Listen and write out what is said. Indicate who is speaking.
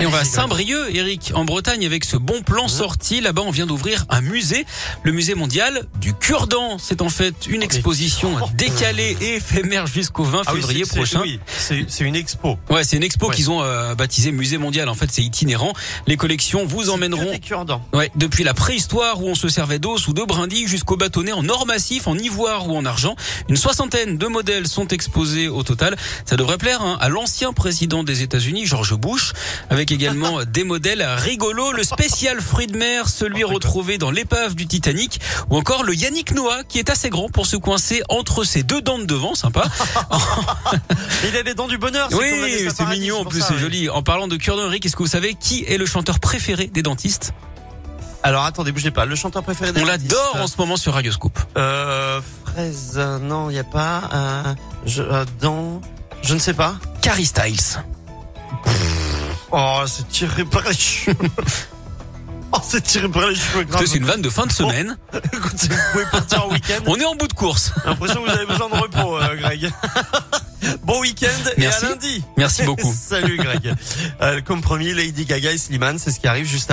Speaker 1: Et on va à Saint-Brieuc, Eric, en Bretagne, avec ce bon
Speaker 2: Mmh.
Speaker 1: plan sorti. Là-bas, on vient d'ouvrir un musée, le musée mondial du cure-dent. C'est en fait une exposition décalée et éphémère jusqu'au 20
Speaker 2: oh. Ah oui,
Speaker 1: février
Speaker 2: c'est- c'est-
Speaker 1: prochain.
Speaker 2: oui, C'est c'est une expo.
Speaker 1: Ouais, c'est une expo
Speaker 2: Ouais.
Speaker 1: qu'ils ont euh, baptisée musée mondial. En fait, c'est itinérant. Les collections vous
Speaker 2: Que
Speaker 1: emmèneront
Speaker 2: des cure-dents.
Speaker 1: Ouais, depuis la préhistoire où on se servait d'os ou de brindilles jusqu'au bâtonnet en or massif, en ivoire ou en argent, une soixantaine de modèles sont exposés au total. Ça devrait plaire hein, à l'ancien président des États-Unis, George Bush, avec également des modèles rigolos, le spécial fruit de mer, celui retrouvé dans l'épave du Titanic, ou encore le Yannick Noah qui est assez grand pour se coincer entre ses deux dents de devant, sympa.
Speaker 2: Il a les dents du bonheur. c'est qu'on a des
Speaker 1: oui, c'est
Speaker 2: apparadis,
Speaker 1: mignon en
Speaker 2: pour
Speaker 1: plus,
Speaker 2: ça,
Speaker 1: c'est
Speaker 2: oui.
Speaker 1: joli. En parlant de cure Eric, est-ce que vous savez qui est le chanteur préféré des dentistes
Speaker 2: Alors attendez, bougez pas. Le chanteur préféré des
Speaker 1: On
Speaker 2: artistes,
Speaker 1: l'adore en ce moment sur Radioscoop.
Speaker 2: Euh, fraise, euh, non, il y a pas. Euh, je, euh, dans, je ne sais pas.
Speaker 1: Carrie Styles.
Speaker 2: Oh, c'est tiré par les cheveux. oh, c'est tiré par les cheveux. Grave.
Speaker 1: Écoutez, C'est une vanne de fin de semaine.
Speaker 2: Écoutez, vous pouvez partir en week-end.
Speaker 1: On est en bout de course.
Speaker 2: J'ai l'impression que vous avez besoin de repos, euh, Greg. bon week-end et à
Speaker 1: Merci.
Speaker 2: lundi.
Speaker 1: Merci beaucoup.
Speaker 2: Salut Greg. Euh, comme promis, Lady Gaga et Slimane, c'est ce qui arrive juste après.